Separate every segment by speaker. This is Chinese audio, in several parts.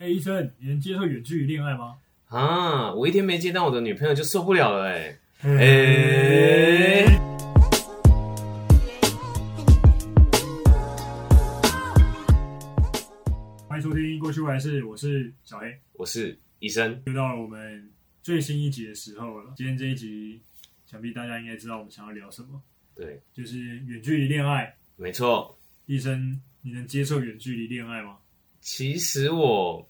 Speaker 1: 哎、医生，你能接受远距离恋爱吗？
Speaker 2: 啊，我一天没见到我的女朋友就受不了了哎、
Speaker 1: 哎
Speaker 2: 哎
Speaker 1: 欢迎收听过去未来事，我是小黑。
Speaker 2: 我是医生，
Speaker 1: 又到了我们最新一集的时候了。今天这一集，想必大家应该知道我们想要聊什么，
Speaker 2: 对，
Speaker 1: 就是远距离恋爱。
Speaker 2: 没错。
Speaker 1: 医生，你能接受远距离恋爱吗？
Speaker 2: 其实我，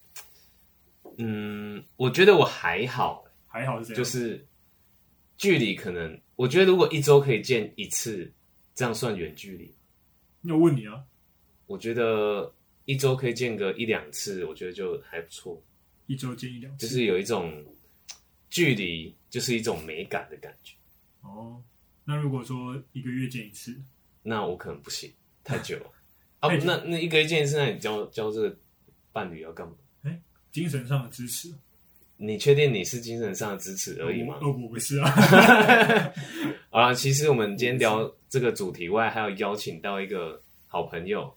Speaker 2: 嗯，我觉得我还好，
Speaker 1: 还好是这样，
Speaker 2: 就是距离可能，我觉得如果一周可以见一次，这样算远距离。
Speaker 1: 那我问你啊，
Speaker 2: 我觉得一周可以见个一两次，我觉得就还不错，
Speaker 1: 一周见一两次，
Speaker 2: 就是有一种距离，就是一种美感的感觉。
Speaker 1: 哦。那如果说一个月见一次，
Speaker 2: 那我可能不行，太 久了。啊
Speaker 1: 太，久
Speaker 2: 那那一个月见一次，那你交交这个伴侣要干嘛？
Speaker 1: 精神上的支持，
Speaker 2: 你确定你是精神上的支持而已吗？
Speaker 1: 我我不是啊，
Speaker 2: 啊，其实我们今天聊这个主题外，还有邀请到一个好朋友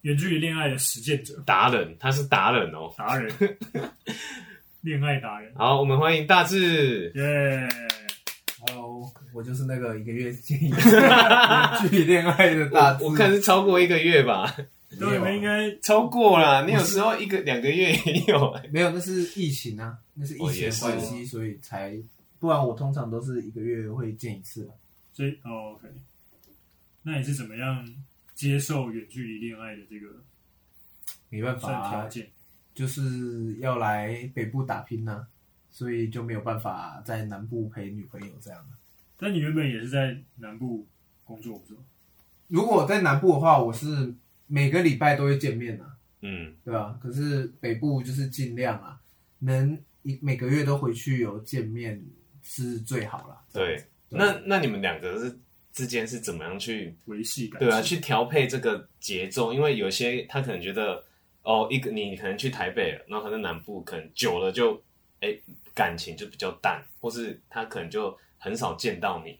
Speaker 1: 远距离恋爱的实践者
Speaker 2: 达人，他是达人哦。
Speaker 1: 达人， 恋爱达人，
Speaker 2: 好，我们欢迎大志。
Speaker 1: 耶、
Speaker 3: 哦，我就是那个一个月见一次远 距离恋爱的大
Speaker 2: 我我看是超过一个月吧，
Speaker 1: 对，你们应该
Speaker 2: 超过了。你有时候一个两个月也有。
Speaker 3: 没有，那是疫情啊，那是疫情的关
Speaker 1: 哦也
Speaker 3: 系，所以才不然我通常都是一个月会见一次啊嘛。
Speaker 1: 所以哦，OK，那你是怎么样接受远距离恋爱的这个
Speaker 3: 没办法、
Speaker 1: 算条
Speaker 3: 啊，
Speaker 1: 件？
Speaker 3: 就是要来北部打拼呐、所以就没有办法在南部陪女朋友这样。啊
Speaker 1: 但你原本也是在南部工作，不是吗？
Speaker 3: 如果在南部的话，我是每个礼拜都会见面啊。
Speaker 2: 嗯，
Speaker 3: 对吧、可是北部就是尽量啊，能一每个月都回去有见面是最好啦。
Speaker 2: 对。那那你们两个是之间是怎么样去
Speaker 1: 维系感情
Speaker 2: 对啊，去调配这个节奏，因为有些他可能觉得哦，一个你可能去台北了，然后他在南部可能久了就哎、感情就比较淡，或是他可能就很少见到你。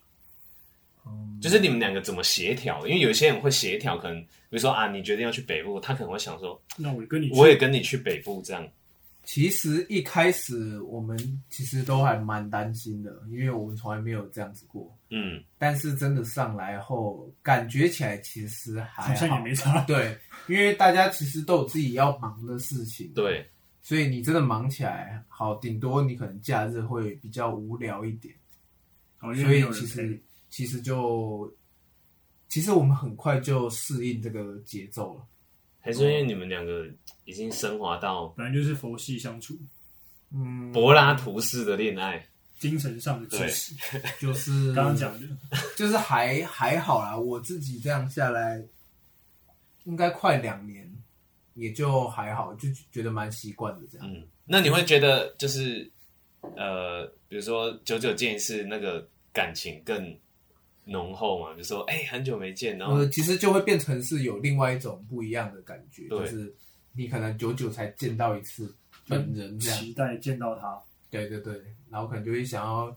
Speaker 3: 嗯
Speaker 2: 就是你们两个怎么协调？因为有些人会协调，可能比如说啊，你决定要去北部，他可能会想说，
Speaker 1: 那我跟你去
Speaker 2: 我也跟你去北部这样。
Speaker 3: 其实一开始我们其实都还蛮担心的，因为我们从来没有这样子过。
Speaker 2: 嗯，
Speaker 3: 但是真的上来后，感觉起来其实
Speaker 1: 好
Speaker 3: 还
Speaker 1: 像
Speaker 3: 好
Speaker 1: 也，没差，
Speaker 3: 对，因为大家其实都有自己要忙的事情，，
Speaker 2: 对，
Speaker 3: 所以你真的忙起来，好，顶多你可能假日会比较无聊一点。
Speaker 1: 好像
Speaker 3: 所
Speaker 1: 没
Speaker 3: 以
Speaker 1: 有人
Speaker 3: 其
Speaker 1: 陪
Speaker 3: 实其实就，其实我们很快就适应这个节奏了。
Speaker 2: 还是因为你们两个已经升华到
Speaker 1: 本来就是佛系相处，
Speaker 3: 嗯，
Speaker 2: 柏拉图式的恋爱。
Speaker 1: 精神上的支持。
Speaker 3: 就是
Speaker 1: 刚刚讲的，
Speaker 3: 就是还还好啦，我自己这样下来，应该快两年，也就还好，就觉得蛮习惯的这样。
Speaker 2: 嗯，那你会觉得就是呃，比如说久久见一次，那个感情更浓厚嘛？比如说哎、很久没见，然后
Speaker 3: 呃，其实就会变成是有另外一种不一样的感觉，
Speaker 2: 对
Speaker 3: 就是你可能久久才见到一次本
Speaker 2: 嗯
Speaker 3: 人这样。
Speaker 1: 期待见到他，
Speaker 3: 对对对，然后可能就会想要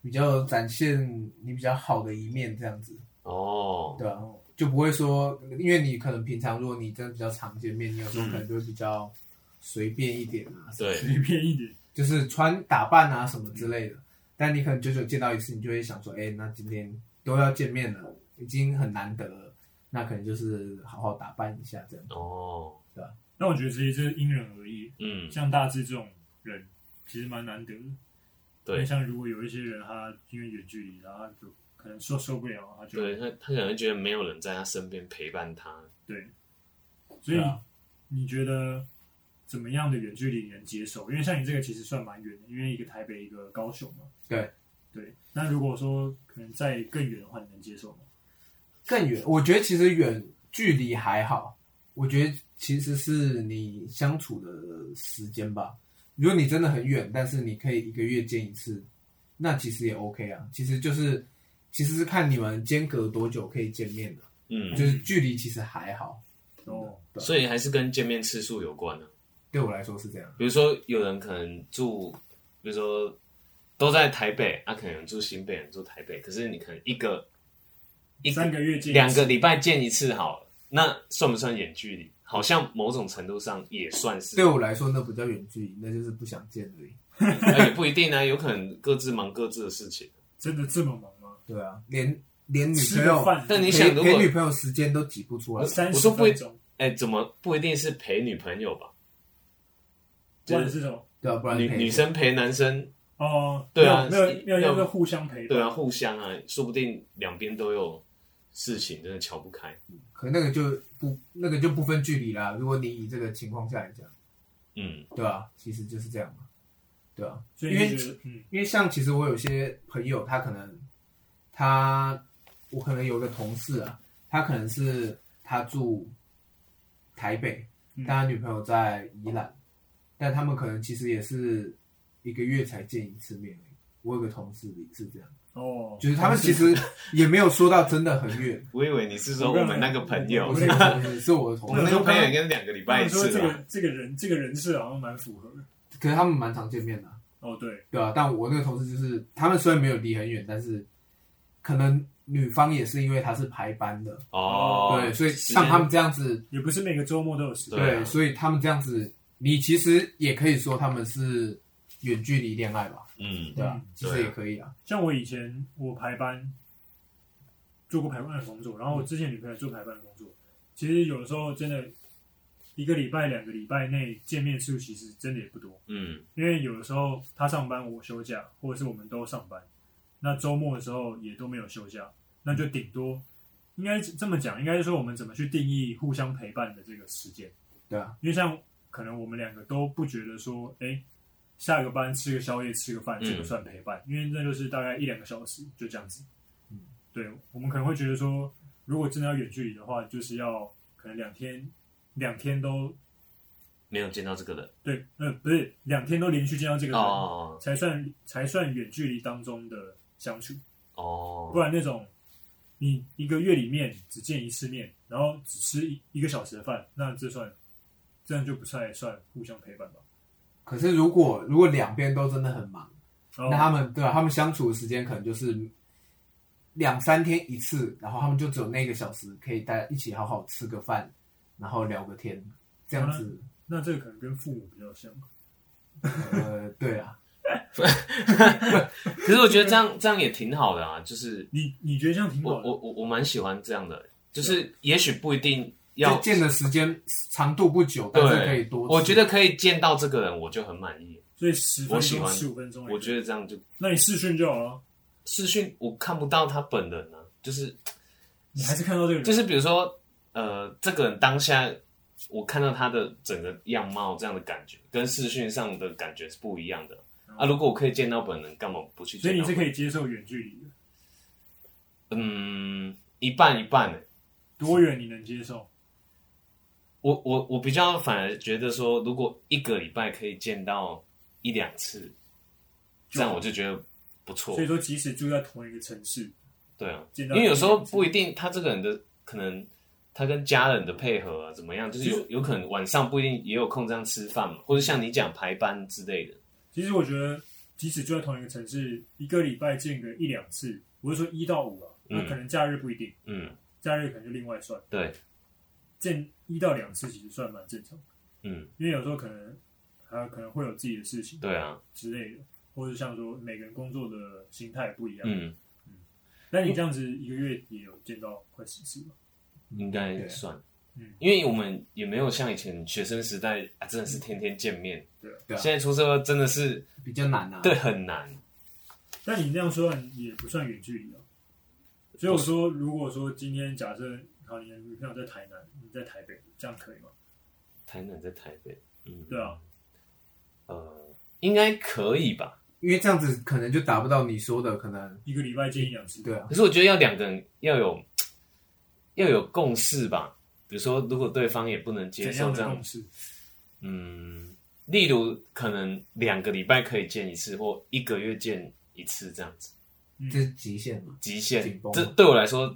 Speaker 3: 比较展现你比较好的一面，这样子，
Speaker 2: 哦，
Speaker 3: 对吧、啊就不会说，因为你可能平常如果你真的比较常见面，你有时候
Speaker 2: 嗯
Speaker 3: 可能就会比较随便一点啊，
Speaker 2: 对，
Speaker 1: 随便一点。
Speaker 3: 就是穿打扮啊什么之类的。但你可能久久见到一次，你就会想说，哎，那今天都要见面了，已经很难得了，那可能就是好好打扮一下这样。
Speaker 2: 哦，
Speaker 1: 但我觉得其实这因人而异，
Speaker 2: 嗯，
Speaker 1: 像大志这种人其实蛮难得的。
Speaker 2: 对
Speaker 1: 那像如果有一些人他因为远距离，然后他就可能受受不了，啊他就
Speaker 2: 对他他可能觉得没有人在他身边陪伴他，
Speaker 1: 对，所以、
Speaker 3: 对啊
Speaker 1: 你觉得怎么样的远距离你能接受？因为像你这个其实算蛮远的，因为一个台北，一个高雄嘛。
Speaker 3: 对
Speaker 1: 对，那如果说可能再更远的话，你能接受吗？
Speaker 3: 更远，我觉得其实远距离还好，我觉得其实是你相处的时间吧。如果你真的很远，但是你可以一个月见一次，那其实也 OK
Speaker 2: 嗯
Speaker 3: 啊。其实就是其实是看你们间隔多久可以见面的，
Speaker 2: 嗯，
Speaker 3: 就是距离其实还好，
Speaker 1: 哦，
Speaker 3: 对
Speaker 2: 所以还是跟见面次数有关啊。
Speaker 3: 对我来说是这样。
Speaker 2: 比如说有人可能住，比如说都在台北，啊，可能有人住新北，有人住台北，可是你可能一个一
Speaker 1: 三个月见一次
Speaker 2: 两个礼拜见一次好了，那算不算远距离？好像某种程度上也算是，
Speaker 3: 对我来说那不叫远距离，那就是不想见而已。
Speaker 2: 哎也不一定啊，有可能各自忙各自的事情。
Speaker 1: 真的这么忙吗？
Speaker 3: 对啊，连连女
Speaker 1: 吃
Speaker 3: 朋
Speaker 1: 个
Speaker 3: 友
Speaker 1: 饭，
Speaker 2: 但你
Speaker 3: 陪
Speaker 2: 想如果呃
Speaker 3: 陪女朋友时间都挤不出来，
Speaker 1: 三
Speaker 2: 我
Speaker 1: 十
Speaker 2: 说不
Speaker 1: 分钟，
Speaker 2: 哎、怎么不一定是陪女朋友吧？
Speaker 1: 或者是什么？
Speaker 3: 对啊，不然
Speaker 2: 女
Speaker 3: 陪
Speaker 2: 女生陪男生，
Speaker 1: 哦，
Speaker 2: 对啊
Speaker 1: 没有没有没有，
Speaker 2: 要
Speaker 1: 就是互相陪
Speaker 2: 对
Speaker 1: 伴。
Speaker 2: 啊，互相啊，说不定两边都有事情，真的瞧不开。
Speaker 3: 可那个就不那个就不分距离啦。如果你以这个情况下来讲，
Speaker 2: 嗯，
Speaker 3: 对啊，其实就是这样嘛，对啊，
Speaker 1: 所以
Speaker 3: 因为
Speaker 1: 你觉得嗯，
Speaker 3: 因为像其实我有些朋友，他可能他我可能有个同事啊，他可能是他住台北，
Speaker 1: 嗯
Speaker 3: 但他女朋友在宜兰，但他们可能其实也是一个月才见一次面而已。我有个同事也是这样，
Speaker 1: 哦，
Speaker 3: 就是他们其实也没有说到真的很远，
Speaker 2: 我以为你是说我们那个朋友，
Speaker 3: 不
Speaker 1: 我
Speaker 3: 是我的同事，是我 的
Speaker 2: 我
Speaker 3: 同
Speaker 2: 们
Speaker 3: 事
Speaker 2: 那，个朋友应该是两个礼
Speaker 1: 他
Speaker 2: 拜一
Speaker 1: 们说
Speaker 2: 次
Speaker 1: 这
Speaker 2: 啦。
Speaker 3: 啊
Speaker 1: 个这个人这个人设好像蛮符合的。
Speaker 3: 可是他们蛮常见面的啊、
Speaker 1: 哦，对，
Speaker 3: 对啊，但我那个同事就是，他们虽然没有离很远，但是可能女方也是因为她是排班的，
Speaker 2: 哦，
Speaker 3: 对，所以
Speaker 2: 时间
Speaker 3: 像他们这样子，
Speaker 1: 也不是每个周末都有时间。
Speaker 2: 对啊
Speaker 3: 所以他们这样子，你其实也可以说他们是远距离恋爱吧，
Speaker 2: 嗯，
Speaker 3: 对啊，
Speaker 1: 嗯
Speaker 3: 其实也可以啊，
Speaker 1: 像我以前我排班做过排班的工作，然后我之前女朋友做排班的工作，其实有的时候真的一个礼拜、两个礼拜内见面次数其实真的也不多，
Speaker 2: 嗯，
Speaker 1: 因为有的时候她上班我休假，或者是我们都上班，那周末的时候也都没有休假，那就顶多应该这么讲，应该是说我们怎么去定义互相陪伴的这个时间。
Speaker 3: 对啊，
Speaker 1: 因为像可能我们两个都不觉得说，哎、下个班吃个宵夜吃个饭，
Speaker 2: 嗯
Speaker 1: 这个算陪伴，因为那就是大概一两个小时就这样子。
Speaker 3: 嗯，
Speaker 1: 对，我们可能会觉得说，如果真的要远距离的话，就是要可能两天两天都
Speaker 2: 没有见到这个人
Speaker 1: 对，呃，不是两天都连续见到这个人，
Speaker 2: 哦
Speaker 1: 才算才算远距离当中的相处，不
Speaker 2: 哦，
Speaker 1: 然那种。你一个月里面只见一次面，然后只吃一一个小时的饭，那这算这样就不太算互相陪伴吧？
Speaker 3: 可是如果如果两边都真的很忙，
Speaker 1: 哦
Speaker 3: 那他们对啊，他们相处的时间可能就是两三天一次，然后他们就只有那个小时可以大家一起好好吃个饭，然后聊个天，这样子。
Speaker 2: 嗯
Speaker 1: 那这个可能跟父母比较像吧。
Speaker 3: 呃，对啊，
Speaker 2: 可是我觉得这样这样也挺好的啊，就是
Speaker 1: 你你觉得这样挺
Speaker 2: 我
Speaker 1: 好的？
Speaker 2: 我我我蛮喜欢这样的，就是也许不一定
Speaker 3: 就
Speaker 2: 要
Speaker 3: 见的时间长度不久，但是可以
Speaker 2: 对，
Speaker 3: 多次。
Speaker 2: 我觉得可以见到这个人，我就很满意。
Speaker 1: 所以十分
Speaker 2: 我喜
Speaker 1: 钟、
Speaker 2: 欢
Speaker 1: 十五分钟而已，
Speaker 2: 我觉得这样就
Speaker 1: 那你试训就好啊了，
Speaker 2: 视讯我看不到他本人啊，就是
Speaker 1: 你还是看到这个人，
Speaker 2: 就是比如说呃，这个人当下我看到他的整个样貌这样的感觉，跟视讯上的感觉是不一样的
Speaker 3: 嗯
Speaker 2: 啊。如果我可以见到本人，干嘛不去
Speaker 1: 所
Speaker 2: 见
Speaker 1: 以你
Speaker 2: 到本
Speaker 1: 是
Speaker 2: 人？
Speaker 1: 可以接受远距离的，
Speaker 2: 嗯，一半一半、欸。
Speaker 1: 多远你能接受？
Speaker 2: 我我我比较反而觉得说，如果一个礼拜可以见到一两次，
Speaker 1: 就
Speaker 2: 这样我就觉得不错
Speaker 1: 所以。说，即使住在同一个城市，
Speaker 2: 对啊，
Speaker 1: 见
Speaker 2: 因
Speaker 1: 到
Speaker 2: 为有时候
Speaker 1: 一两次
Speaker 2: 不一定他这个人的可能他跟家人的配合啊怎么样，就是有有可能晚上不一定也有空这样吃饭嘛，或者像你讲排班之类的。
Speaker 1: 其实我觉得，即使住在同一个城市，一个礼拜见个一两次，我是说一到五啊，那
Speaker 2: 嗯
Speaker 1: 可能假日不一定，
Speaker 2: 嗯，
Speaker 1: 假日可能就另外算，
Speaker 2: 对，
Speaker 1: 见一到两次其实算蛮正常，
Speaker 2: 嗯，
Speaker 1: 因为有时候可能还可能会有自己的事情
Speaker 2: 对啊，
Speaker 1: 之类的，或者像说每个人工作的形态不一样，
Speaker 2: 嗯，
Speaker 1: 那你这样子一个月也有见到快十次吧？
Speaker 2: 应该
Speaker 3: 对
Speaker 2: 算
Speaker 1: 嗯。
Speaker 2: 因为我们也没有像以前学生时代啊，真的是天天见面。
Speaker 3: 对啊
Speaker 2: 现在出社会真的是
Speaker 3: 比较难啊。
Speaker 2: 对很难。
Speaker 1: 但你那样说也不算远距离啊。所以我说，如果说今天假设好，你的女朋友在台南，你在台北，这样可以吗？
Speaker 2: 台南在台北，嗯，
Speaker 1: 对啊，
Speaker 2: 呃，应该可以吧？
Speaker 3: 因为这样子可能就达不到你说的可能。
Speaker 1: 一个礼拜见一两次，
Speaker 3: 对啊，
Speaker 2: 可是我觉得要两个人要有要有共识吧。比如说，如果对方也不能接
Speaker 1: 怎
Speaker 2: 受
Speaker 1: 样
Speaker 2: 这
Speaker 1: 的
Speaker 2: 样
Speaker 1: 共识？
Speaker 2: 嗯，例如可能两个礼拜可以见一次，或一个月见一次这样子，
Speaker 1: 嗯
Speaker 3: 这是极限嘛？
Speaker 2: 极限
Speaker 3: 紧绷。
Speaker 2: 这对我来说，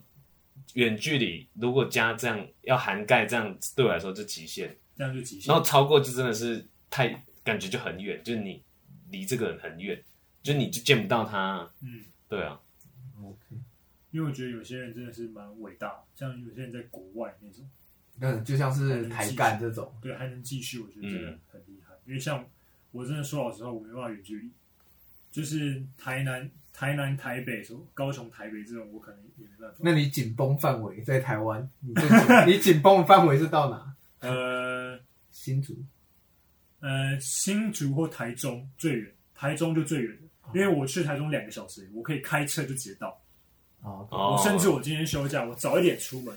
Speaker 2: 远距离如果加这样要涵盖这样，对我来说就极限。
Speaker 1: 这样就极限
Speaker 2: 然。后超过就真的是太感觉就很远，就是你离这个人很远，就是你就见不到他。
Speaker 1: 嗯，
Speaker 2: 对啊，
Speaker 3: OK，
Speaker 1: 因为我觉得有些人真的是蛮伟大，像有些人在国外那种，
Speaker 3: 嗯，就像是台干这种，
Speaker 1: 对，还能继续，我觉得真
Speaker 2: 嗯
Speaker 1: 的很厉害。因为像我真的说老实话，我没办法远距离，就是台南、台南、台北、什么高雄、台北这种，我可能也没办法。
Speaker 3: 那你紧绷范围在台湾，你 最紧你紧绷范围是到哪？
Speaker 1: 呃
Speaker 3: 新竹，
Speaker 1: 呃，新竹或台中最远，台中就最远了因为我去台中两个小时，我可以开车就直接到。
Speaker 3: 哦，
Speaker 2: 哦
Speaker 1: 我甚至我今天休假，我早一点出门，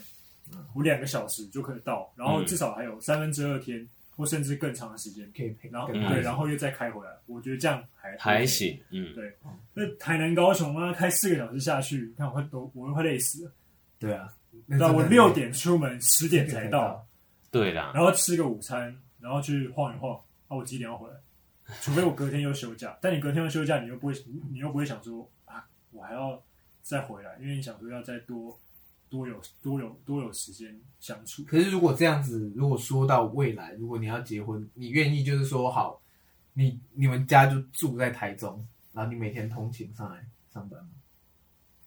Speaker 1: 我两个小时就可以到，然
Speaker 2: 嗯
Speaker 1: 后至少还有三分之二天或甚至更长的时间，
Speaker 3: 可以陪，
Speaker 1: 然后
Speaker 3: 跟
Speaker 2: 嗯
Speaker 1: 对，然后又再开回来。我觉得这样还
Speaker 2: 还。行，嗯，
Speaker 1: 对，那台南高雄啊，开四个小时下去，看我会都我都快累死了。
Speaker 3: 对啊，那
Speaker 1: 那
Speaker 3: 真的
Speaker 1: 我
Speaker 3: 很
Speaker 1: 六
Speaker 3: 累
Speaker 1: 点出门，十点才到，，
Speaker 2: 对啦，
Speaker 1: 然后吃个午餐，然后去晃一晃。啊，我几点要回来？除非我隔天又休假， 但你隔天又休假，你又不会，你你又不会想说啊，我还要再回来，因为你想说要再多多有多有多有时间相处。
Speaker 3: 可是如果这样子，如果说到未来，如果你要结婚，你愿意就是说好，你你们家就住在台中，然后你每天通勤上来上班吗？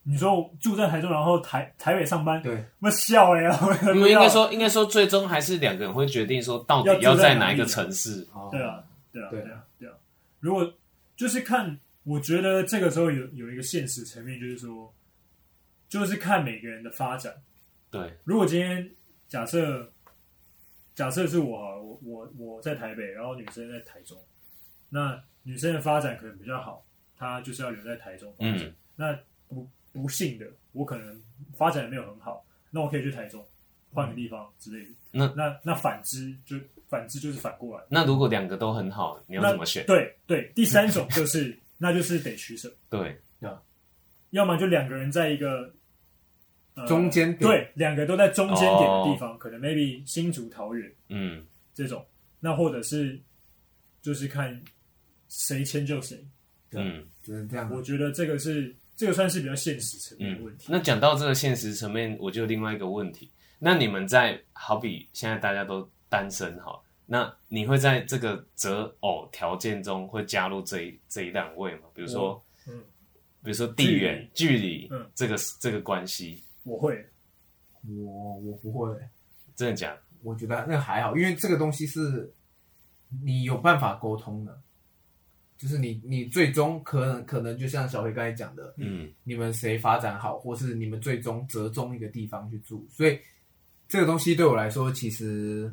Speaker 1: 你说我住在台中，然后台台北上班，
Speaker 3: 对，
Speaker 1: 我笑哎、 我
Speaker 2: 因为应该说，应该说，最终还是两个人会决定说，到底
Speaker 1: 要
Speaker 2: 要
Speaker 1: 住在
Speaker 2: 在
Speaker 1: 哪
Speaker 2: 哪
Speaker 1: 里
Speaker 2: 一个城市。
Speaker 3: 哦，
Speaker 1: 对啊，对啊，
Speaker 3: 对
Speaker 1: 对啊，对啊。如果就是看，我觉得这个时候有有一个现实层面，就是说，就是看每个人的发展。
Speaker 2: 对，
Speaker 1: 如果今天假设假设是我好了，我我我在台北，然后女生在台中，那女生的发展可能比较好，她就是要留在台中发展。
Speaker 2: 嗯
Speaker 1: 那不不幸的，我可能发展得没有很好，那我可以去台中换个地方之类的。
Speaker 2: 那
Speaker 1: 那那反之就反之就是反过来。
Speaker 2: 那如果两个都很好，你要
Speaker 1: 那
Speaker 2: 怎么选？
Speaker 1: 对对，第三种就是 那就是得取舍，
Speaker 2: 对，
Speaker 1: 要么就两个人在一个、呃
Speaker 3: 中间点
Speaker 1: 对，两个都在中间点的地
Speaker 2: 哦
Speaker 1: 方，可能 maybe 新竹、桃园
Speaker 2: 嗯，
Speaker 1: 这种，那或者是就是看谁迁就谁，
Speaker 3: 对
Speaker 2: 嗯，
Speaker 3: 只能这样。
Speaker 1: 我觉得这个是这个算是比较现实层面的问
Speaker 2: 嗯
Speaker 1: 题。，
Speaker 2: 那讲到这个现实层面，我就有另外一个问题。那你们在好比现在大家都单身好，那你会在这个择偶条件中会加入这一这一档位吗？比如说，
Speaker 1: 嗯嗯
Speaker 2: 比如说地缘、距离
Speaker 1: 嗯，
Speaker 2: 这个这个关系，
Speaker 1: 我会，
Speaker 3: 我我不会，
Speaker 2: 真的假的？
Speaker 3: 我觉得那还好，因为这个东西是你有办法沟通的，就是你你最终可能可能就像小黑刚才讲的，
Speaker 2: 嗯
Speaker 3: 你们谁发展好，或是你们最终折中一个地方去住。所以这个东西对我来说其实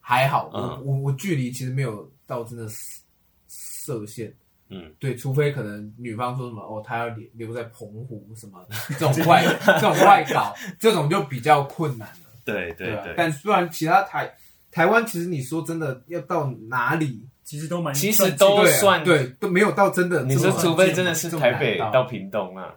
Speaker 3: 还好，
Speaker 2: 嗯
Speaker 3: 我我我距离其实没有到真的设设限。
Speaker 2: 嗯，
Speaker 3: 对，除非可能女方说什么哦，她要留留在澎湖什么这种外这种外搞，这种就比较困难了。
Speaker 2: 对对
Speaker 3: 啊，但虽然其他台台湾，其实你说真的要到哪里，
Speaker 1: 其实都蛮
Speaker 2: 其实
Speaker 1: 算计
Speaker 2: 都
Speaker 3: 对啊
Speaker 2: 算
Speaker 3: 对都没有到真的
Speaker 2: 你
Speaker 3: 这
Speaker 2: 说
Speaker 3: 么难到。
Speaker 2: 除非真的是
Speaker 3: 这么
Speaker 2: 台
Speaker 3: 难
Speaker 2: 北
Speaker 3: 到
Speaker 2: 到屏东啊，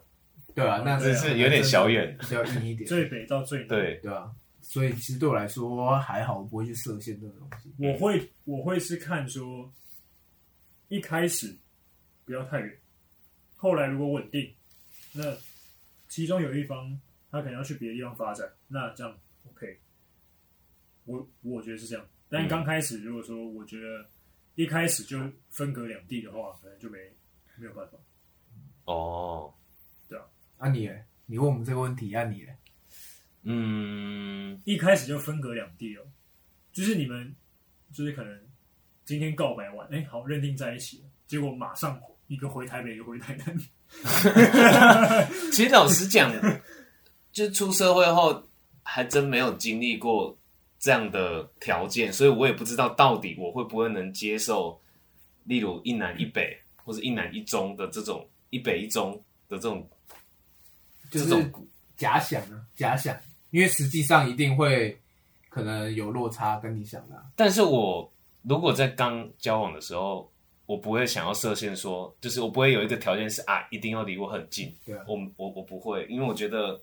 Speaker 3: 对啊，那
Speaker 1: 对
Speaker 2: 只
Speaker 1: 啊
Speaker 2: 是有点小远。
Speaker 3: 比较硬一点，
Speaker 1: 最北到最南，
Speaker 2: 对，
Speaker 3: 对啊，所以其实对我来说还好，我不会去设限这个东西。
Speaker 1: 我会我会是看说一开始不要太远，后来如果稳定，那其中有一方他可能要去别的地方发展，那这样 OK。我我觉得是这样，但刚开始如果说我觉得一开始就分隔两地的话，可能就没没有办法。
Speaker 2: 哦，
Speaker 3: 啊你嘞，你问我们这个问题，啊你嘞，
Speaker 2: 嗯，
Speaker 1: 一开始就分隔两地哦，就是你们就是可能今天告白完，哎、好认定在一起了，结果马上一个回台北，一个回台南。
Speaker 2: 其实老实讲，就出社会后还真没有经历过这样的条件，所以我也不知道到底我会不会能接受，例如一南一北或者一南一中的这种一北一中的这种这
Speaker 3: 就是
Speaker 2: 种
Speaker 3: 假想啊，假想，因为实际上一定会可能有落差，跟你想的啊、
Speaker 2: 但是我如果在刚交往的时候，我不会想要设限说，就是我不会有一个条件是啊，一定要离我很近。
Speaker 3: 对啊，
Speaker 2: 我我我不会，因为我觉得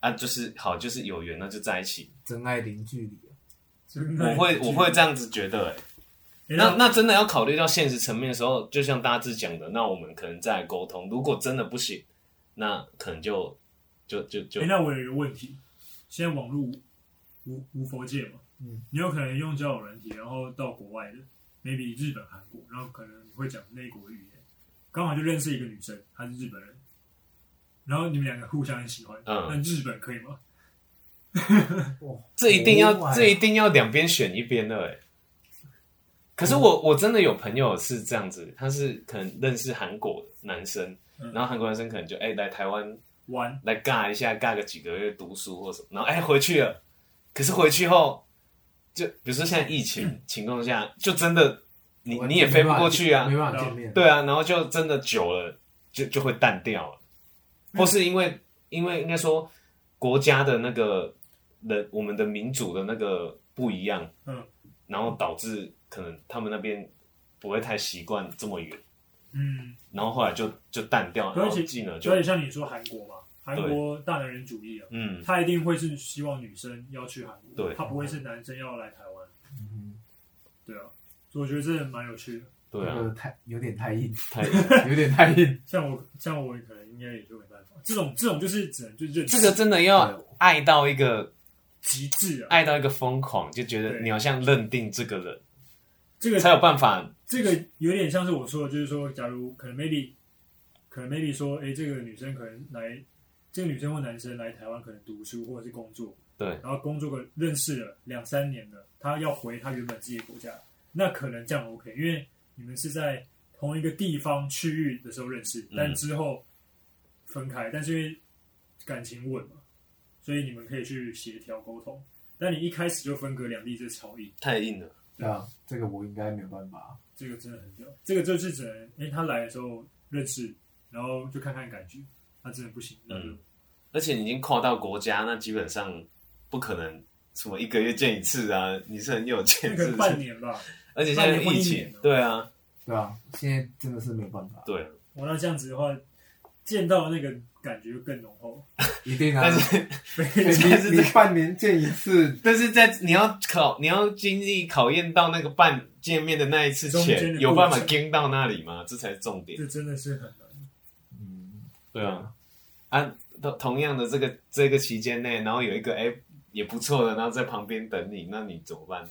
Speaker 2: 啊，就是好，就是有缘那就在一起。
Speaker 3: 真爱零距离啊、
Speaker 2: 我会我会这样子觉得、欸，
Speaker 1: 诶
Speaker 2: 那那真的要考虑到现实层面的时候，就像大志讲的，那我们可能再来沟通。如果真的不行，那可能就就就就
Speaker 1: 诶哎那我有一个问题，现在网络无无无佛界嘛，
Speaker 3: 嗯，
Speaker 1: 你有可能用交友软体，然后到国外的，maybe 日本、韩国，然后可能你会讲那国的语言，刚好就认识一个女生，她是日本人，然后你们两个互相很喜欢，
Speaker 2: 嗯
Speaker 1: 那日本可以吗？
Speaker 2: 这一定要、
Speaker 3: Oh my
Speaker 2: 这一定要两边选一边的哎、可是我我真的有朋友是这样子，他是可能认识韩国男生，
Speaker 1: 嗯
Speaker 2: 然后韩国男生可能就哎、来台湾
Speaker 1: 玩
Speaker 2: 来尬一下，尬个几个月读书或什么，然后哎、回去了，可是回去后就比如说现在疫情情况下，就真的你
Speaker 3: 我
Speaker 2: 你也飞不过去啊，
Speaker 3: 没办法见面。
Speaker 2: 对啊，然后就真的久了，就就会淡掉了，或是因为因为应该说国家的那个人，我们的民主的那个不一样，
Speaker 1: 嗯，
Speaker 2: 然后导致可能他们那边不会太习惯这么远，
Speaker 1: 嗯，
Speaker 2: 然后后来就就淡掉，
Speaker 1: 而
Speaker 2: 然
Speaker 1: 且
Speaker 2: 后进了就
Speaker 1: 所以像你说韩国嘛，韩国大男人主义啊，
Speaker 2: 嗯，
Speaker 1: 他一定会是希望女生要去韩国，
Speaker 2: 对
Speaker 1: 他不会是男生要来台湾，
Speaker 3: 嗯
Speaker 1: 对啊，所以我觉得这蛮有趣的。
Speaker 2: 对
Speaker 3: 这
Speaker 2: 啊，
Speaker 1: 嗯
Speaker 3: 个太有点 太硬，
Speaker 2: 太
Speaker 3: 有点
Speaker 2: 哎
Speaker 3: 太硬。
Speaker 1: 像我像我可能应该也就没办法，这种这种就是只能就认
Speaker 2: 这个真的要
Speaker 3: 对
Speaker 2: 爱到一个
Speaker 1: 极致啊，
Speaker 2: 爱到一个疯狂，就觉得
Speaker 1: 对
Speaker 2: 你好像认定这个人，
Speaker 1: 这个
Speaker 2: 才有办法
Speaker 1: 这个有点像是我说的，就是说，假如可能 maybe，可能 maybe 说，哎、这个女生可能来，这个女生或男生来台湾可能读书或者是工作，
Speaker 2: 对
Speaker 1: 然后工作个认识了两三年了，她要回她原本自己的国家，那可能这样 OK，因为你们是在同一个地方区域的时候认识，但之后分开，但是因为感情稳嘛，所以你们可以去协调沟通。但你一开始就分隔两地，这超硬。
Speaker 2: 太硬了，
Speaker 3: 对啊，这个我应该没有办法。
Speaker 1: 这个真的很屌，这个就是只能，因为他来的时候认识，然后就看看感觉，他真的不行，那就、
Speaker 2: 嗯而且你已经跨到国家，那基本上不可能什么一个月见一次啊，你是很有
Speaker 1: 那
Speaker 2: 钱
Speaker 1: 可
Speaker 2: 是
Speaker 1: 能
Speaker 2: 不
Speaker 1: 半
Speaker 2: 是？
Speaker 1: 年吧。
Speaker 2: 而且现在有疫
Speaker 1: 半年
Speaker 2: 情
Speaker 1: 或一年啊，
Speaker 2: 对啊，
Speaker 3: 对啊，现在真的是没有办法，
Speaker 2: 对，
Speaker 1: 我那这样子的话，见到那个感觉就更浓厚，
Speaker 3: 一定啊
Speaker 2: 但。是
Speaker 1: 非
Speaker 3: 你
Speaker 1: 常
Speaker 3: 你你半年见一次，
Speaker 2: 但是在你要考，你要经历考验到那个半见面的那一次
Speaker 1: 中间的过
Speaker 2: 前，
Speaker 1: 程
Speaker 2: 有办法跟到那里吗？这才是重点。
Speaker 1: 这真的是很难。
Speaker 3: 嗯，
Speaker 2: 对啊，啊，同同样的这个这个期间内，然后有一个哎、也不错的，然后在旁边等你，那你怎么办？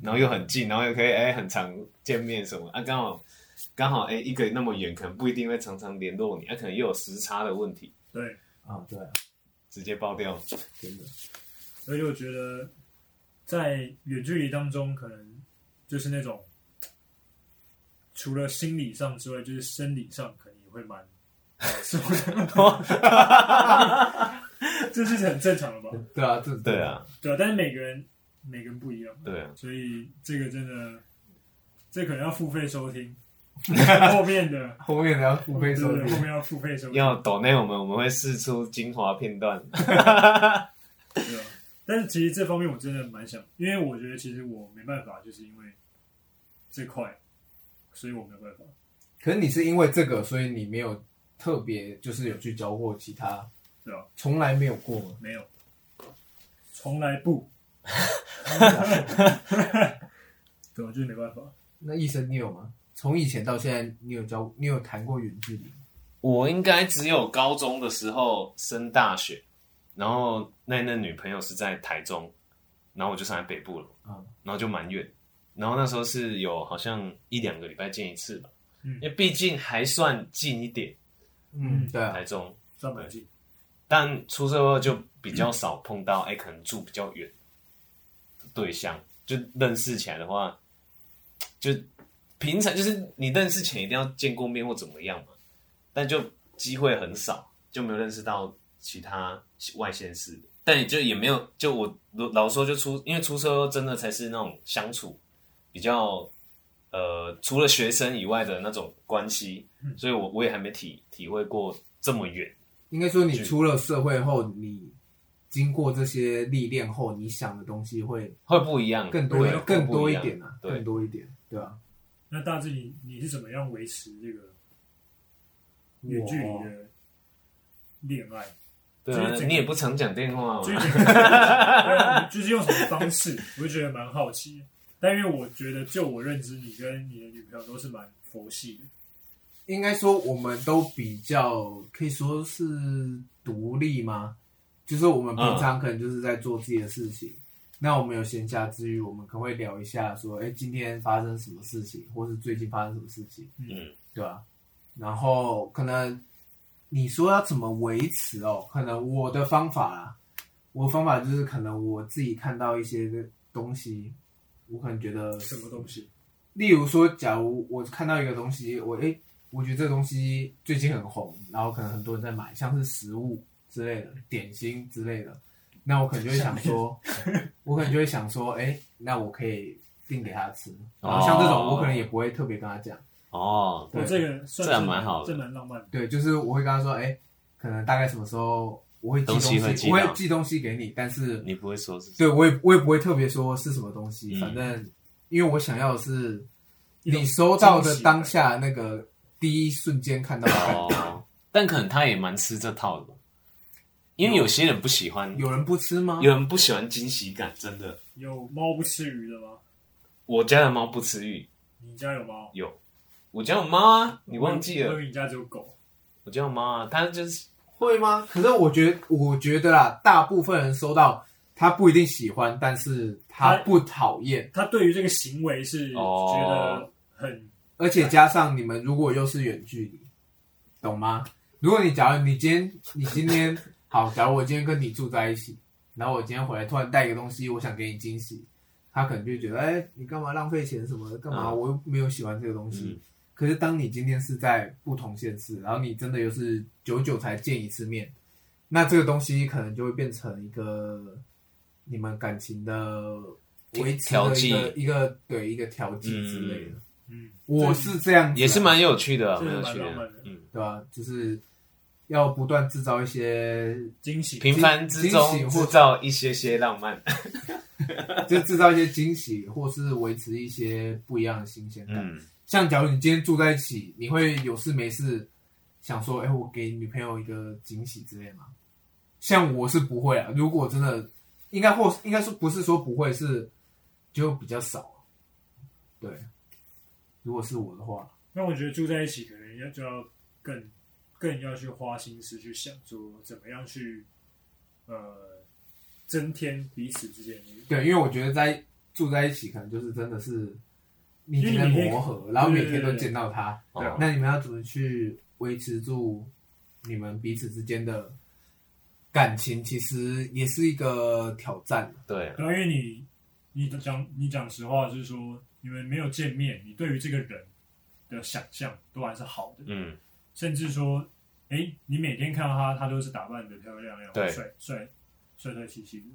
Speaker 2: 然后又很近，然后又可以哎、很常见面什么啊，刚好刚好哎、一个那么远，可能不一定会常常联络你，啊，可能又有时差的问题，
Speaker 1: 对，
Speaker 3: 啊，对啊，
Speaker 2: 直接爆掉。
Speaker 3: 真的，
Speaker 1: 而且我觉得在远距离当中，可能就是那种除了心理上之外，就是生理上可能也会蛮受 的，这是很正常的吧？
Speaker 3: 对啊，这
Speaker 2: 对，啊，
Speaker 1: 对啊，但是每个人每个人不一样，
Speaker 2: 对啊，
Speaker 1: 所以这个真的，这可能要付费收 听，后面的
Speaker 3: 后面的要付费收
Speaker 1: 对对对后
Speaker 3: 听，
Speaker 1: 面要付费收听，
Speaker 2: 要抖内我们，我们会试出精华片段。
Speaker 1: 对啊。但是其实这方面我真的蛮想，因为我觉得其实我没办法，就是因为这块，所以我没有办法。
Speaker 3: 可是你是因为这个，所以你没有特别就是有去教过其他，
Speaker 1: 对啊，
Speaker 3: 从来没有过 吗？
Speaker 1: 没有，从来不，对啊，就是没办法。
Speaker 3: 那医生你有吗？从以前到现在，你有教你有谈过远距离吗？
Speaker 2: 我应该只有高中的时候升大学，然后那那女朋友是在台中，然后我就上来北部了，
Speaker 3: 嗯
Speaker 2: 然后就蛮远，然后那时候是有好像一两个礼拜见一次吧，
Speaker 1: 嗯
Speaker 2: 因为毕竟还算近一点
Speaker 3: 嗯，对啊，
Speaker 2: 台中，
Speaker 1: 算蛮近，
Speaker 2: 但出社会就比较少碰到，哎、可能住比较远的对象，就认识起来的话，就平常就是你认识前一定要见过面或怎么样嘛，但就机会很少，就没有认识到其他外县市的，但也就也没有，就我老实说就出，因为出社会真的才是那种相处比较。呃，除了学生以外的那种关系，所以我我也还没体体会过这么远。
Speaker 3: 应该说你出了社会后，你经过这些历练后，你想的东西会
Speaker 2: 会不一样，
Speaker 3: 更多
Speaker 2: 对
Speaker 3: 更
Speaker 2: 不
Speaker 3: 多
Speaker 2: 一
Speaker 3: 一
Speaker 2: 样
Speaker 3: 点啊，
Speaker 2: 对
Speaker 3: 更，多一点，对啊。
Speaker 1: 那大致你你是怎么样维持这个远距离
Speaker 3: 啊
Speaker 1: 的恋爱？
Speaker 2: 对
Speaker 1: 就是
Speaker 2: 啊
Speaker 1: 整个
Speaker 2: 你也不常讲电 话啊
Speaker 1: 就是
Speaker 2: 嘛，
Speaker 1: 就是用什么方式，我就觉得蛮好奇的。但因为我觉得，就我认知，你跟你的女朋友都是蛮佛系的，
Speaker 3: 应该说我们都比较可以说是独立吗？就是我们平常可能就是在做自己的事情，那我们有闲暇之余，我们可能会聊一下说，哎、今天发生什么事情，或是最近发生什么事情，
Speaker 2: 嗯，
Speaker 3: 对吧、然后可能你说要怎么维持哦？可能我的方法啦，我的方法就是可能我自己看到一些东西，我可能觉得
Speaker 1: 什么东西？
Speaker 3: 例如说，假如我看到一个东西，我诶、我觉得这个东西最近很红，然后可能很多人在买，像是食物之类的、点心之类的，那我可能就会想说，我可能就会想说，诶、那我可以订给他吃。然后像这种，
Speaker 2: 哦
Speaker 3: 我可能也不会特别跟他讲，
Speaker 2: 哦，
Speaker 3: 对
Speaker 1: 我这个算是
Speaker 2: 这样蛮好的
Speaker 1: 这蛮浪漫的。
Speaker 3: 对，就是我会跟他说，诶、可能大概什么时候我会寄
Speaker 2: 东西会寄
Speaker 3: 我
Speaker 2: 到
Speaker 3: 会寄东西给你，但是
Speaker 2: 你不会说是
Speaker 3: 对我也我也不会特别说是什么东西，
Speaker 2: 嗯
Speaker 3: 反正因为我想要的是
Speaker 1: 一种
Speaker 3: 你收到
Speaker 1: 惊
Speaker 3: 的
Speaker 1: 喜
Speaker 3: 当下那个第一瞬间看到的感觉。
Speaker 2: 哦，但可能他也蛮吃这套的吧，因为有些人不喜欢，
Speaker 3: 有啊人不吃吗？
Speaker 2: 有人不喜欢惊喜感，真的。
Speaker 1: 有猫不吃鱼的吗？
Speaker 2: 我家的猫不吃鱼，
Speaker 1: 你家有猫？
Speaker 2: 有，我家有猫啊，你忘记
Speaker 1: 我以
Speaker 2: 了？
Speaker 1: 为你家只有狗。
Speaker 2: 我家有猫啊，它就是
Speaker 3: 会吗？可是我觉得，我觉得啦，大部分人收到他不一定喜欢，但是他不讨厌，
Speaker 1: 他对于这个行为是
Speaker 2: 哦
Speaker 1: 觉得很
Speaker 3: 而且加上你们如果又是远距离，懂吗？如果你假如你今天你今天好，假如我今天跟你住在一起，然后我今天回来突然带一个东西，我想给你惊喜，他可能就觉得，哎、你干嘛浪费钱什么的？干嘛？
Speaker 2: 嗯
Speaker 3: 我又没有喜欢这个东西。
Speaker 2: 嗯
Speaker 3: 可是当你今天是在不同县市，然后你真的又是久久才见一次面，那这个东西可能就会变成一个你们感情的维持
Speaker 2: 调
Speaker 3: 的一
Speaker 2: 剂
Speaker 3: 个一个对一个调剂之类的。
Speaker 1: 嗯，
Speaker 3: 我是这样子啊、
Speaker 2: 也是蛮有趣的啊，
Speaker 1: 这
Speaker 2: 蛮
Speaker 1: 是
Speaker 2: 有
Speaker 1: 蛮
Speaker 2: 趣
Speaker 1: 浪漫的
Speaker 2: 嗯，
Speaker 3: 对吧、就是要不断制造一些，
Speaker 1: 惊喜。
Speaker 2: 平凡之中
Speaker 3: 惊喜
Speaker 2: 制
Speaker 3: 或
Speaker 2: 造一些些浪漫，
Speaker 3: 就制造一些惊喜，或是维持一些不一样的新鲜感。
Speaker 2: 嗯，
Speaker 3: 像假如你今天住在一起，你会有事没事想说，哎、我给女朋友一个惊喜之类吗？像我是不会啊，如果真的应该或应该说不是说不会，是就比较少。对，如果是我的话，
Speaker 1: 那我觉得住在一起，可能要就要更更要去花心思去想，说怎么样去呃增添彼此之间的。
Speaker 3: 对，因为我觉得在住在一起，可能就是真的是你已经
Speaker 1: 因
Speaker 3: 在
Speaker 1: 为你每天
Speaker 3: 磨合，然后每天都
Speaker 1: 对对对对
Speaker 3: 见到他，
Speaker 1: 对啊
Speaker 2: 哦
Speaker 3: 那你们要怎么去维持住你们彼此之间的感情？其实也是一个挑战。
Speaker 2: 对，
Speaker 1: 然后因为你你讲你讲实话，就是说你们没有见面，你对于这个人的想象都还是好的，
Speaker 2: 嗯，
Speaker 1: 甚至说，哎，你每天看到他，他都是打扮的漂漂亮亮、
Speaker 2: 对
Speaker 1: 帅帅帅帅气气的，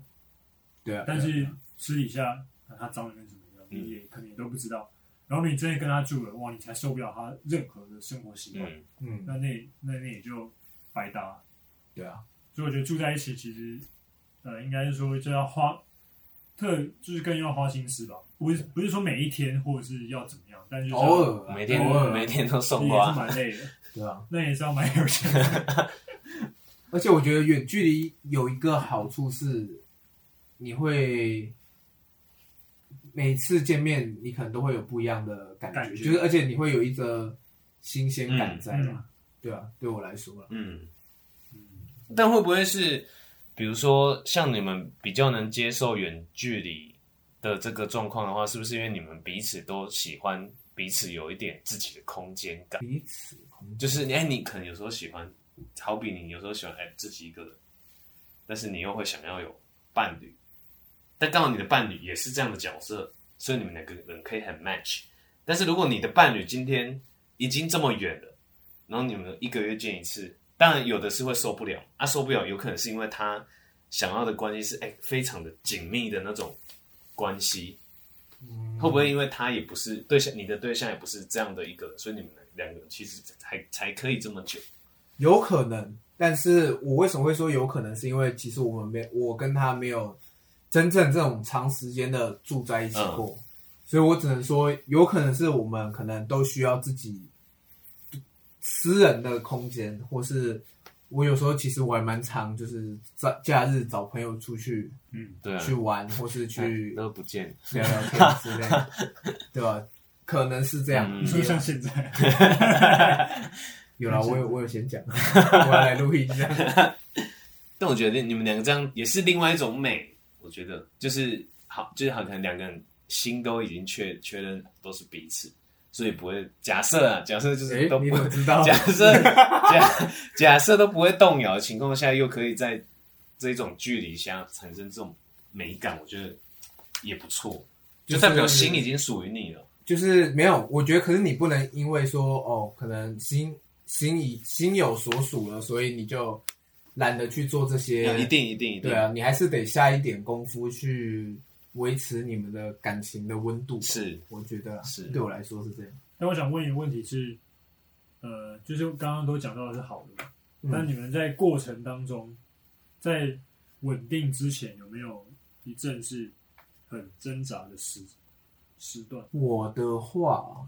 Speaker 3: 对啊，
Speaker 1: 但
Speaker 3: 对
Speaker 1: 是
Speaker 3: 啊
Speaker 1: 私底下啊他脏的跟什么一样，
Speaker 2: 嗯
Speaker 1: 你也可能也都不知道。然后你真的跟他住了，哇，你才受不了他任何的生活习惯，
Speaker 2: 嗯，
Speaker 3: 嗯，
Speaker 1: 那那那那也就白搭。
Speaker 3: 对啊，
Speaker 1: 所以我觉得住在一起，其实呃，应该是说就要花特，就是更要花心思吧。不是不是说每一天或者是要怎么样，但就是要
Speaker 3: 偶尔啊
Speaker 2: 每天
Speaker 3: 偶尔啊
Speaker 2: 每天都送
Speaker 1: 也是
Speaker 2: 花，
Speaker 1: 蛮累的，
Speaker 3: 对啊。
Speaker 1: 那也是要蛮有钱的。
Speaker 3: 而且我觉得远距离有一个好处是，你会每次见面，你可能都会有不一样的感觉，
Speaker 1: 感觉
Speaker 3: 就是而且你会有一个新鲜感在嘛。
Speaker 1: 嗯嗯
Speaker 3: 对啊，对我来说啦
Speaker 2: 嗯。
Speaker 1: 嗯，
Speaker 2: 但会不会是，比如说像你们比较能接受远距离的这个状况的话，是不是因为你们彼此都喜欢彼此有一点自己的空间感？
Speaker 3: 彼此空间
Speaker 2: 就是哎、你可能有时候喜欢，好比你有时候喜欢哎、自己一个人，但是你又会想要有伴侣，但刚好你的伴侣也是这样的角色，所以你们两个人可以很 match。但是如果你的伴侣今天已经这么远了，然后你们一个月见一次，当然有的是会受不了，啊受不了，有可能是因为他想要的关系是哎、非常的紧密的那种关系，
Speaker 3: 嗯
Speaker 2: 会不会因为他也不是对象，你的对象也不是这样的一个，所以你们两个人其实才才可以这么久？
Speaker 3: 有可能，但是我为什么会说有可能？是因为其实我们没，我跟他没有真正这种长时间的住在一起过，
Speaker 2: 嗯
Speaker 3: 所以我只能说，有可能是我们可能都需要自己私人的空间，或是我有时候其实我还蛮常就是在假日找朋友出去、
Speaker 1: 嗯
Speaker 2: 对啊
Speaker 3: 去玩，或是去
Speaker 2: 都不见，
Speaker 3: 聊聊天之类 的，对吧？可能是这样，
Speaker 2: 嗯
Speaker 1: 你说像现在，
Speaker 3: 有了，我有我 有先讲，我要来录音这样。
Speaker 2: 但我觉得你们两个这样也是另外一种美，我觉得就是好，就是好，可能两个人心都已经确确认都是彼此，所以不会假设啊，假设就
Speaker 3: 诶
Speaker 2: 是都
Speaker 3: 你
Speaker 2: 不
Speaker 3: 怎
Speaker 2: 会
Speaker 3: 么知道？
Speaker 2: 假设假假设都不会动摇的情况下，又可以在这种距离下产生这种美感，我觉得也不错，就代表心已经属于你了。
Speaker 3: 就是没有，我觉得可是你不能因为说哦，可能心心已心有所属了，所以你就懒得去做这些。
Speaker 2: 一定一定一定
Speaker 3: 对，啊，你还是得下一点功夫去维持你们的感情的温度吧。
Speaker 2: 是
Speaker 3: 我觉得啊
Speaker 2: 是
Speaker 3: 对我来说是这样。
Speaker 1: 但我想问一个问题是，呃，就是刚刚都讲到的是好的嘛，
Speaker 3: 嗯
Speaker 1: 那你们在过程当中，在稳定之前有没有一阵是很挣扎的时时段？
Speaker 3: 我的话，啊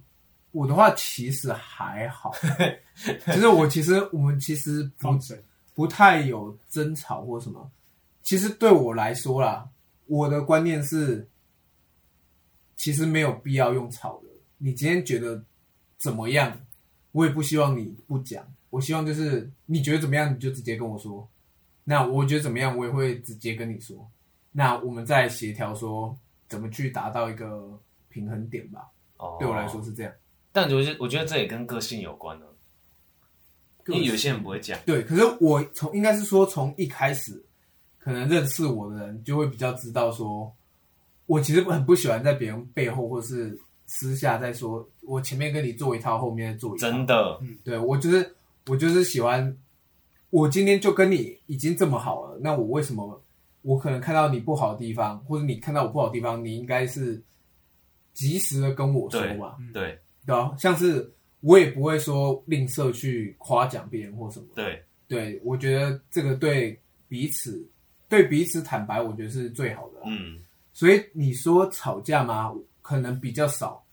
Speaker 3: 我的话其实还 好，就是我其实我们其实不
Speaker 1: 放生，
Speaker 3: 不太有争吵或什么。其实对我来说啦，我的观念是，其实没有必要用吵的。你今天觉得怎么样，我也不希望你不讲。我希望就是你觉得怎么样，你就直接跟我说。那我觉得怎么样，我也会直接跟你说。那我们再协调说怎么去达到一个平衡点吧。
Speaker 2: 哦
Speaker 3: 对我来说，是这样。
Speaker 2: 但我觉得我觉得这也跟个性有关呢，因为有些人不会讲，
Speaker 3: 对，可是我从应该是说从一开始，可能认识我的人就会比较知道说，我其实很不喜欢在别人背后或是私下在说，我前面跟你做一套，后面再做一套。
Speaker 2: 真的
Speaker 3: 对我就是我就是喜欢，我今天就跟你已经这么好了，那我为什么我可能看到你不好的地方，或者你看到我不好的地方，你应该是及时的跟我说
Speaker 2: 对
Speaker 3: 吧，
Speaker 2: 对
Speaker 3: 对吧、像是我也不会说吝啬去夸奖别人或什么。
Speaker 2: 对
Speaker 3: 对，我觉得这个对彼此对彼此坦白，我觉得是最好的啦、
Speaker 2: 嗯
Speaker 3: 所以你说吵架吗？可能比较少，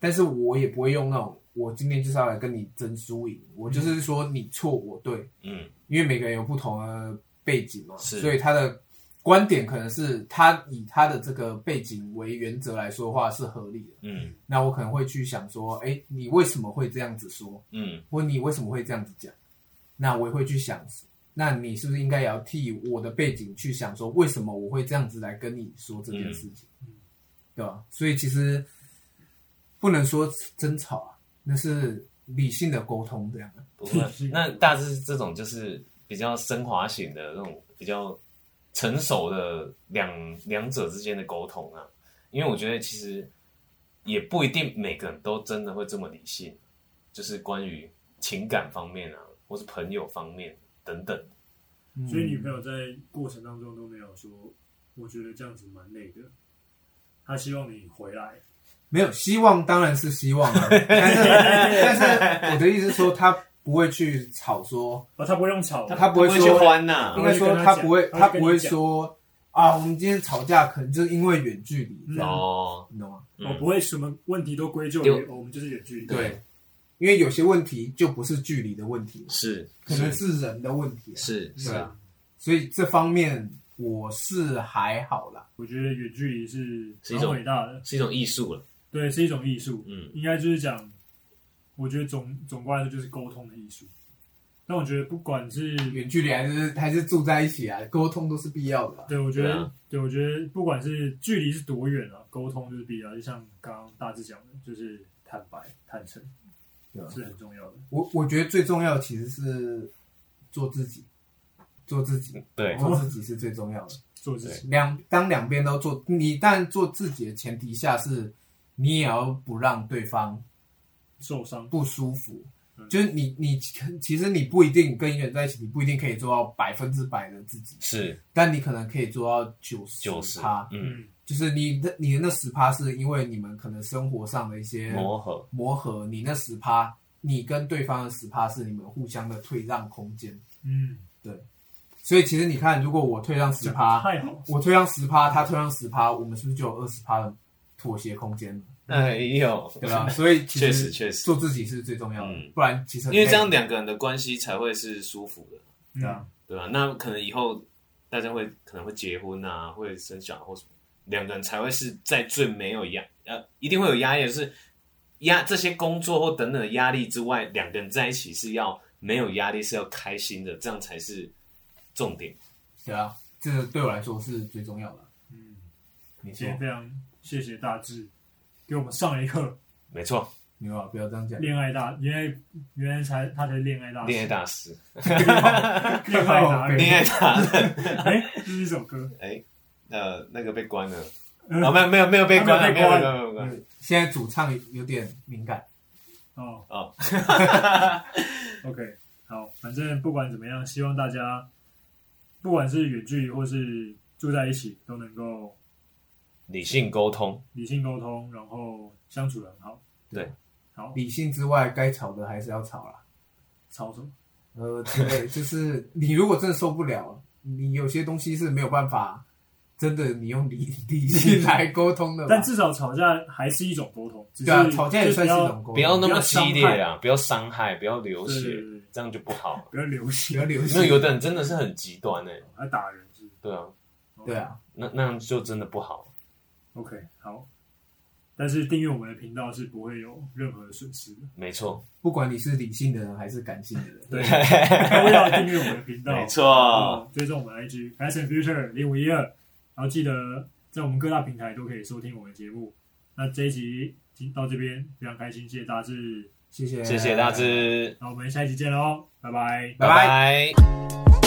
Speaker 3: 但是我也不会用那种我今天就是要来跟你争输赢，我就是说你错我对，
Speaker 2: 嗯
Speaker 3: 因为每个人有不同的背景嘛，
Speaker 2: 是
Speaker 3: 所以他的观点可能是他以他的这个背景为原则来说话是合理的。
Speaker 2: 嗯
Speaker 3: 那我可能会去想说，哎，你为什么会这样子说？
Speaker 2: 嗯
Speaker 3: 问你为什么会这样子讲，那我也会去想，那你是不是应该也要替我的背景去想，说为什么我会这样子来跟你说这件事情，对吧？所以其实不能说争吵啊，那是理性的沟通这样的。
Speaker 2: 不 过那大致这种就是比较升华型的那种比较成熟的两两者之间的沟通啊，因为我觉得其实也不一定每个人都真的会这么理性，就是关于情感方面啊，或是朋友方面等等。
Speaker 3: 嗯
Speaker 1: 所以女朋友在过程当中都没有说，我觉得这样子蛮累的，她希望你回来，
Speaker 3: 没有希望，当然是希望啊，但是但是我的意思是说，他不会去吵说。
Speaker 1: 而啊她不会用吵的，哦
Speaker 3: 她不会
Speaker 2: 去
Speaker 3: 说
Speaker 2: 欢呐、
Speaker 3: 应该说他不会，
Speaker 1: 他
Speaker 3: 他
Speaker 1: 会跟你讲他会跟你讲
Speaker 3: 不会说啊，我们今天吵架可能就是因为远距离，这样、
Speaker 2: 哦，
Speaker 3: 你懂吗？
Speaker 2: 嗯
Speaker 1: 我不会什么问题都归咎于
Speaker 2: 有
Speaker 1: 哦我们就是远距离，
Speaker 3: 对，因为有些问题就不是距离的问题，
Speaker 2: 是
Speaker 3: 可能是人的问题啊、
Speaker 2: 是是
Speaker 3: 对
Speaker 2: 啊，
Speaker 3: 啊，所以这方面我是还好啦。
Speaker 1: 我觉得远距离是
Speaker 2: 是一
Speaker 1: 很
Speaker 2: 种
Speaker 1: 伟大的，
Speaker 2: 是一种艺术了。
Speaker 1: 对，是一种艺术，
Speaker 2: 嗯
Speaker 1: 应该就是讲，我觉得总总观来说就是沟通的艺术。但我觉得不管是
Speaker 3: 远距离还是还是住在一起啊，沟通都是必要的啊、
Speaker 1: 对，我觉
Speaker 2: 对
Speaker 1: 得
Speaker 2: 啊
Speaker 1: 对，我觉得不管是距离是多远啊，沟通就是必要。就像刚刚大致讲的，就是坦白、坦诚
Speaker 3: 对啊
Speaker 1: 是很重要的。
Speaker 3: 我我觉得最重要的其实是做自己，做自己，
Speaker 2: 对
Speaker 3: 做自己是最重要的。
Speaker 1: 做自己，
Speaker 3: 两当两边都做，你但做自己的前提下是，你也要不让对方
Speaker 1: 受伤，
Speaker 3: 不舒服
Speaker 1: 嗯。
Speaker 3: 就是你你其实你不一定跟一个人在一起，你不一定可以做到百分之百的自己，
Speaker 2: 是
Speaker 3: 但你可能可以做到九十
Speaker 2: 九十
Speaker 3: 趴，，
Speaker 2: 嗯，
Speaker 1: 嗯，
Speaker 3: 就是你的你的那十趴是因为你们可能生活上的一些
Speaker 2: 磨合，
Speaker 3: 磨合，你那十趴，你跟对方的十趴是你们互相的退让空间。
Speaker 1: 嗯，
Speaker 3: 所以其实你看，如果我退让十
Speaker 1: 讲得
Speaker 3: 趴，
Speaker 1: 太好，
Speaker 3: 我退让十趴，他退让十趴，我们是不是就有二十趴的妥协空间了？
Speaker 2: 哎呦，
Speaker 3: 对吧？所以其
Speaker 2: 确实确实
Speaker 3: 做自己是最重要的，
Speaker 2: 嗯
Speaker 3: 不然其实很
Speaker 2: 因为这样
Speaker 3: 累
Speaker 2: 两个人的关系才会是舒服的，
Speaker 3: 对啊
Speaker 1: 嗯，
Speaker 2: 对吧？那可能以后大家会可能会结婚啊，会生小孩或什么，两个人才会是在最没有压呃，一定会有压力，就是压这些工作或等等的压力之外，两个人在一起是要没有压力，是要开心的，这样才是重点。
Speaker 3: 对啊，这个对我来说是最重要的。
Speaker 1: 嗯，
Speaker 3: 没错
Speaker 1: 今，天非常谢谢大志给我们上了一课，
Speaker 2: 没错，
Speaker 3: 没有啊，不要这样讲。
Speaker 1: 恋爱大，原来原来才他才是恋爱大师，
Speaker 2: 嗯恋爱大师，
Speaker 1: 恋爱达人
Speaker 2: 哦恋爱大人，
Speaker 1: 哎，这是一首歌，
Speaker 2: 哎，呃，那个被关了，哦，没有没有没有被关
Speaker 1: 他
Speaker 2: 了，
Speaker 1: 没
Speaker 2: 没
Speaker 1: 有被
Speaker 2: 有
Speaker 1: 关
Speaker 2: 没有没有被关了，
Speaker 3: 现在主唱有点敏感，
Speaker 1: 哦
Speaker 2: 哦，
Speaker 1: ，OK，好，反正不管怎么样，希望大家不管是远距离或是住在一起，都能够
Speaker 2: 理性沟通，
Speaker 1: 理性沟通，然后相处的很好。
Speaker 2: 对，
Speaker 1: 好，
Speaker 3: 理性之外，该吵的还是要吵啦。
Speaker 1: 吵什么？
Speaker 3: 呃，对，就是你如果真的受不了，你有些东西是没有办法，真的你用理理性来沟通的嘛。
Speaker 1: 但至少吵架还是一种沟通，只是
Speaker 3: 对啊，吵架也算是一
Speaker 1: 就
Speaker 3: 种沟通，
Speaker 2: 不要那
Speaker 1: 哦不
Speaker 2: 么
Speaker 1: 要
Speaker 2: 激
Speaker 1: 伤
Speaker 2: 烈
Speaker 1: 害
Speaker 2: 啊，不要伤害，不要流
Speaker 1: 对
Speaker 2: 血
Speaker 1: 对对，
Speaker 2: 这样就不好了。
Speaker 1: 不要流
Speaker 3: 不要
Speaker 1: 血，
Speaker 3: 流
Speaker 2: 没有，
Speaker 3: 血。
Speaker 2: 有的人真的是很极端哎、
Speaker 1: 还打人是不是
Speaker 2: 对啊，
Speaker 3: 对啊，
Speaker 2: 那那样就真的不好。
Speaker 1: ，OK，好。但是订阅我们的频道是不会有任何损失的。
Speaker 2: 没错，
Speaker 3: 不管你是理性的人还是感性的人，
Speaker 1: 对，都要订阅我们的频道，
Speaker 2: 没错，
Speaker 1: 哦，追踪我们 IG Past and Future 零五一二，然后记得在我们各大平台都可以收听我们的节目。那这一集听到这边非常开心，谢谢大志，
Speaker 3: 谢谢，
Speaker 2: 谢谢大。志，
Speaker 1: 那我们下一集见喽，拜拜。
Speaker 3: 拜
Speaker 2: 拜拜